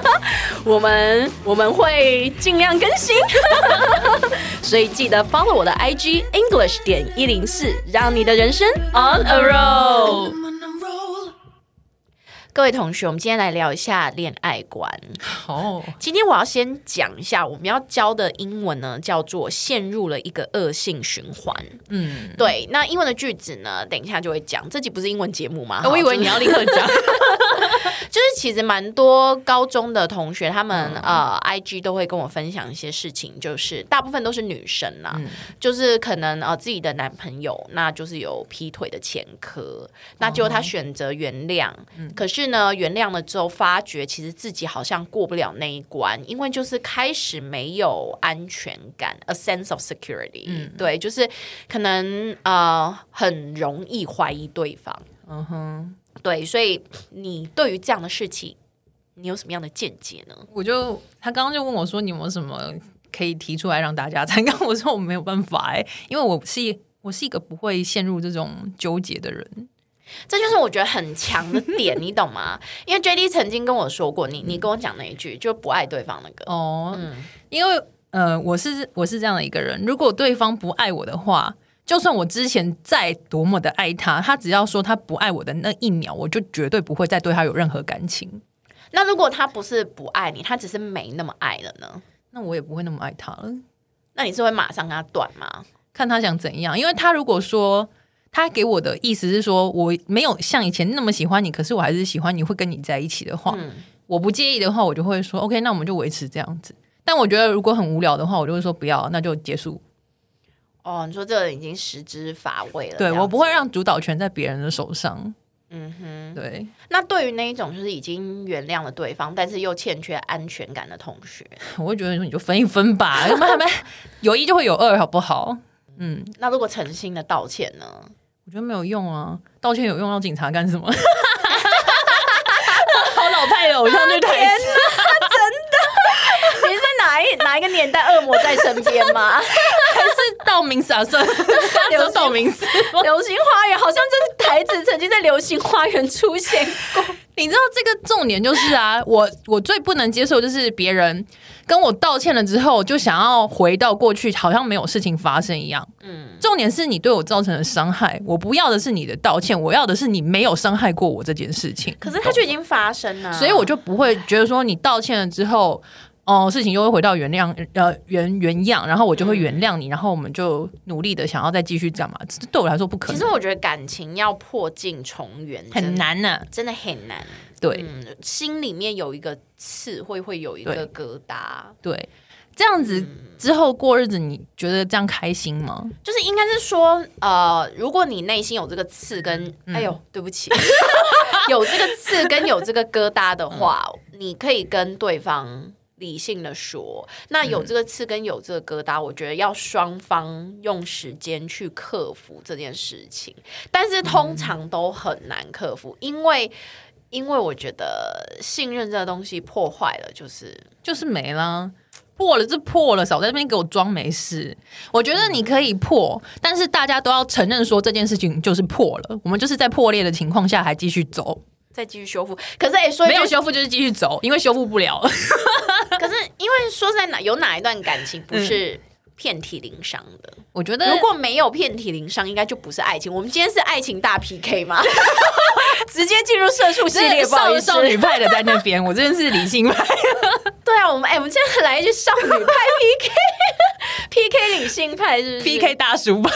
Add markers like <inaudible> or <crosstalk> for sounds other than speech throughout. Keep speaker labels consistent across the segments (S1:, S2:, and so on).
S1: <laughs> 我们我们会尽量更新， <laughs> 所以记得 follow 我的 IG English 点一零四，让你的人生 on a roll。
S2: I'm on a roll.
S1: 各位同学，我们今天来聊一下恋爱观。
S3: 好，
S1: 今天我要先讲一下，我们要教的英文呢，叫做陷入了一个恶性循环。
S3: 嗯，
S1: 对，那英文的句子呢，等一下就会讲。这集不是英文节目吗？
S3: 啊哦我以为你要立刻讲，
S1: 就是其实蛮多高中的同学，他们、呃，IG 都会跟我分享一些事情，就是大部分都是女生啦、就是可能呃自己的男朋友，那就是有劈腿的前科，那结果她选择原谅，可是呢，原谅了之后，发觉其实自己好像过不了那一关，因为就是开始没有安全感，a sense of security，、对，就是可能呃很容易怀疑对方。
S3: <laughs> 嗯哼，
S1: 对，所以你对于这样的事情，你有什么样的见解呢？
S3: 我就他刚刚就问我说你有没有什么可以提出来让大家参考，我说我没有办法哎、因为我是我是一个不会陷入这种纠结的人，
S1: 这就是我觉得很强的点，你懂吗？ <laughs> 因为 J D 曾经跟我说过，你你跟我讲那一句，就不爱对方那个，
S3: 哦，因为呃，我是我是这样的一个人，如果对方不爱我的话，就算我之前再多么的爱他，他只要说他不爱我的那一秒，我就绝对不会再对他有任何感情，
S1: 那如果他不是不爱你，他只是没那么爱了呢？
S3: 那我也不会那么爱他了。
S1: 那你是会马上跟他断吗？
S3: 看他想怎样，因为他如果说。他给我的意思是说，我没有像以前那么喜欢你，可是我还是喜欢你，会跟你在一起的
S1: 嗯
S3: 话，我不介意的话，我就会说 OK，那我们就维持这样子。但我觉得如果很无聊的话，我就会说不要，那就结束。
S1: 哦，你说这个已经食之乏味嗯了。
S3: 对
S1: 这样
S3: 我不会让主导权在别人的手上。
S1: 嗯哼。
S3: 对，
S1: 那对于那一种就是已经原谅了对方，但是又欠缺安全感的同学，
S3: 我会觉得说你就分一分吧，要不然他们有一就会有二，好不好？嗯，
S1: 那如果诚心的道歉呢？
S3: 我觉得没有用啊，道歉有用，要警察干
S1: <laughs>
S3: 什么？ <laughs> 好老派哦的偶像剧台词，
S1: 你是在哪一哪一个年代恶魔在身边吗？
S3: 还是道明寺啊？算 <laughs> 了，大家道明寺。
S1: 《流星花园》好像这台词曾经在《流星花园》出现过。
S3: 你知道这个重点就是啊，我我最不能接受就是别人跟我道歉了之后，就想要回到过去，好像没有事情发生一样。
S1: <laughs> 嗯，
S3: 重点是你对我造成的伤害，我不要的是你的道歉，我要的是你没有伤害过我这件事情。
S1: 可是它就已经发生了，啊
S3: 所以我就不会觉得说你道歉了之后，哦、事情又会回到原谅呃原原样，然后我就会原谅你，然后我们就努力的想要再继续干嘛？这对我来说不可
S1: 其
S3: 能，
S1: 实我觉得感情要破镜重圆
S3: 很，难呐、
S1: 真的真的很难。
S3: 对、
S1: 嗯，心里面有一个刺，会会有一个疙瘩，
S3: 对，这样子之后过日子，你觉得这样开心吗？
S1: 就是应该是说，呃，如果你内心有这个刺跟，
S3: 嗯
S1: 哎呦，对不起， <laughs> 有这个刺跟有这个疙瘩的话，
S3: 嗯
S1: 你可以跟对方。理性的说，那有这个刺跟有这个疙瘩，我觉得要双方用时间去克服这件事情，但是通常都很难克服，
S3: 嗯
S1: 因为因为我觉得信任这个东西破坏了，就是
S3: 就是没啦。破了就破了，少在那边给我装没事。我觉得你可以破，但是大家都要承认说这件事情就是破了。我们就是在破裂的情况下还继续走，
S1: 再继续修复。可是哎、说一
S3: 没
S1: 句
S3: 有修复就是继续走，因为修复不了。 <laughs>
S1: 可是因为说实在哪有哪一段感情不是遍体鳞伤的？
S3: 我觉得
S1: 如果没有遍体鳞伤，应该就不是爱情。我们今天是爱情大 PK
S3: <laughs>
S1: 吗？直接进入社畜系列，不好意思
S3: 少，女派的在那边，我真的是理性派。
S1: <laughs>
S3: <laughs>
S1: 对啊，我们哎、我们现在来一句少女派 <laughs> PK，PK 理性派是不是
S3: PK 大叔派。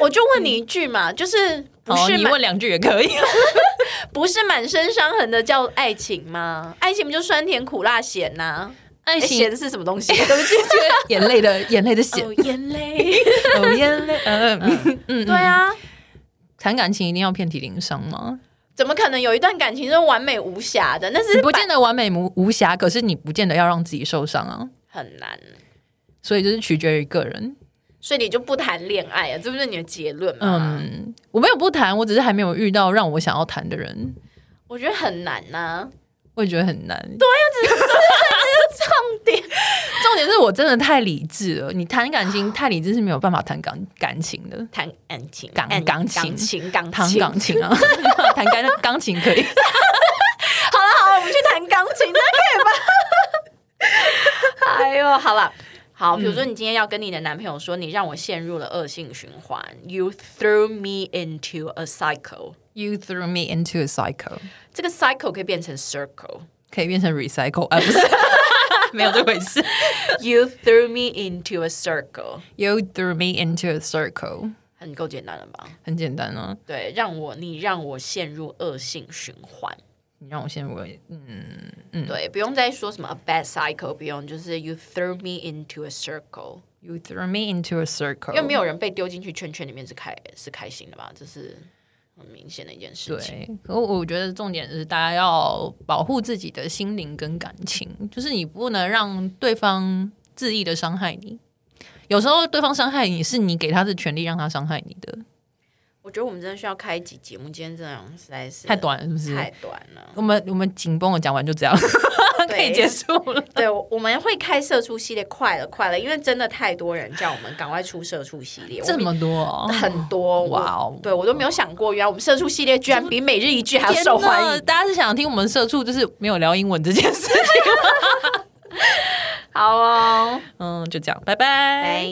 S1: 我就问你一句嘛，就是不
S3: 哦，
S1: 是
S3: 你
S1: 满、
S3: 问两句也可以。
S1: 不是满身伤痕的叫爱情吗？爱情不就酸甜苦辣咸呐、
S3: 爱
S1: 哎
S3: <laughs>
S1: 咸、是什么东西？对不起，
S3: 眼泪的眼泪的血，
S1: 哦，眼
S3: <laughs>
S1: 泪。
S3: 哦眼泪。嗯嗯，
S1: 对啊，
S3: 谈感情一定要遍体鳞伤吗？
S1: 怎么可能有一段感情是完美无瑕的？那
S3: 你
S1: 是
S3: 不见得完美无无瑕，可是你不见得要让自己受伤啊。
S1: 很难，
S3: 所以就是取决于个人。
S1: 所以你就不谈恋爱啊？这不是你的结论吗？
S3: 嗯，我没有不谈，我只是还没有遇到让我想要谈的人，
S1: 我觉得很难啊呐、
S3: 我也觉得很难。对，啊
S1: 重点
S3: <laughs> 重点是我真的太理智了。你谈感情太理智是没有办法谈感感情 <laughs> 的，
S1: 谈感情，
S3: 感
S1: 感
S3: 感情
S1: 感情，感
S3: 谈
S1: 情。
S3: 感情啊， <laughs> 谈感钢琴可以。
S1: 好了好了，我们去弹钢琴，那可以吧？ <laughs> 哎呦，好了。
S3: 嗯
S1: 好，比如说你今天要跟你的男朋友说，你让我陷入了恶性循环，You threw me into a cycle。
S3: You threw me into a cycle，
S1: 这个 cycle 可以变成 circle。
S3: 可以变成 recycle 啊，不是， <laughs> 没有这回事。
S1: You threw me into a circle，
S3: You threw me into a circle，
S1: 很够简单了吧？
S3: 很简单啊。
S1: 对，让我你让我陷入恶性循环。
S3: 你让我先我嗯
S1: 对，不用再说什么 a bad cycle，不用，就是 You threw me into a circle。
S3: ，You threw me into a circle，
S1: 因为没有人被丢进去圈圈里面是开是开心的吧？这是很明显的一件事情。
S3: 对，可我我觉得重点是大家要保护自己的心灵跟感情，就是你不能让对方恣意的伤害你。有时候对方伤害你是你给他的权利让他伤害你的，
S1: 我觉得我们真的需要开一集节目，今天这样实在是
S3: 太短了是不
S1: 太
S3: 是？
S1: 短了。
S3: 我们我们紧绷的讲完就这样， <laughs> 可以结束了。
S1: 对，我我们会开社畜系列，快了快了，因为真的太多人叫我们赶快出社畜系列，
S3: 这
S1: 我
S3: 么多、哦
S1: 比。很多我
S3: 哇哦
S1: 对我都没有想过，原来我们社畜系列居然比每日一句还要
S3: <laughs> 天
S1: 受欢
S3: 呐
S1: 迎。
S3: 大家是想听我们社畜就是没有聊英文这件事情？
S1: 好哦，
S3: 嗯，就这样，拜拜。
S1: 拜。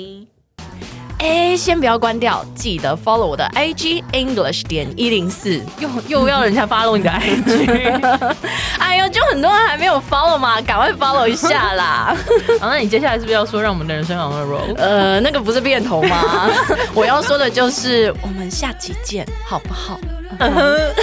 S1: 哎，先不要关掉，记得 follow 我的 IG English 点一零四。
S3: 又又要人家 follow 你的 IG，
S1: 哎呦，就很多人还没有 follow 嘛，赶快 follow 一下啦。
S3: 好，那你接下来是不是要说让我们的人生好好 roll？
S1: 呃，那个不是变头吗？我要说的就是，我们下期见，好不好？
S2: I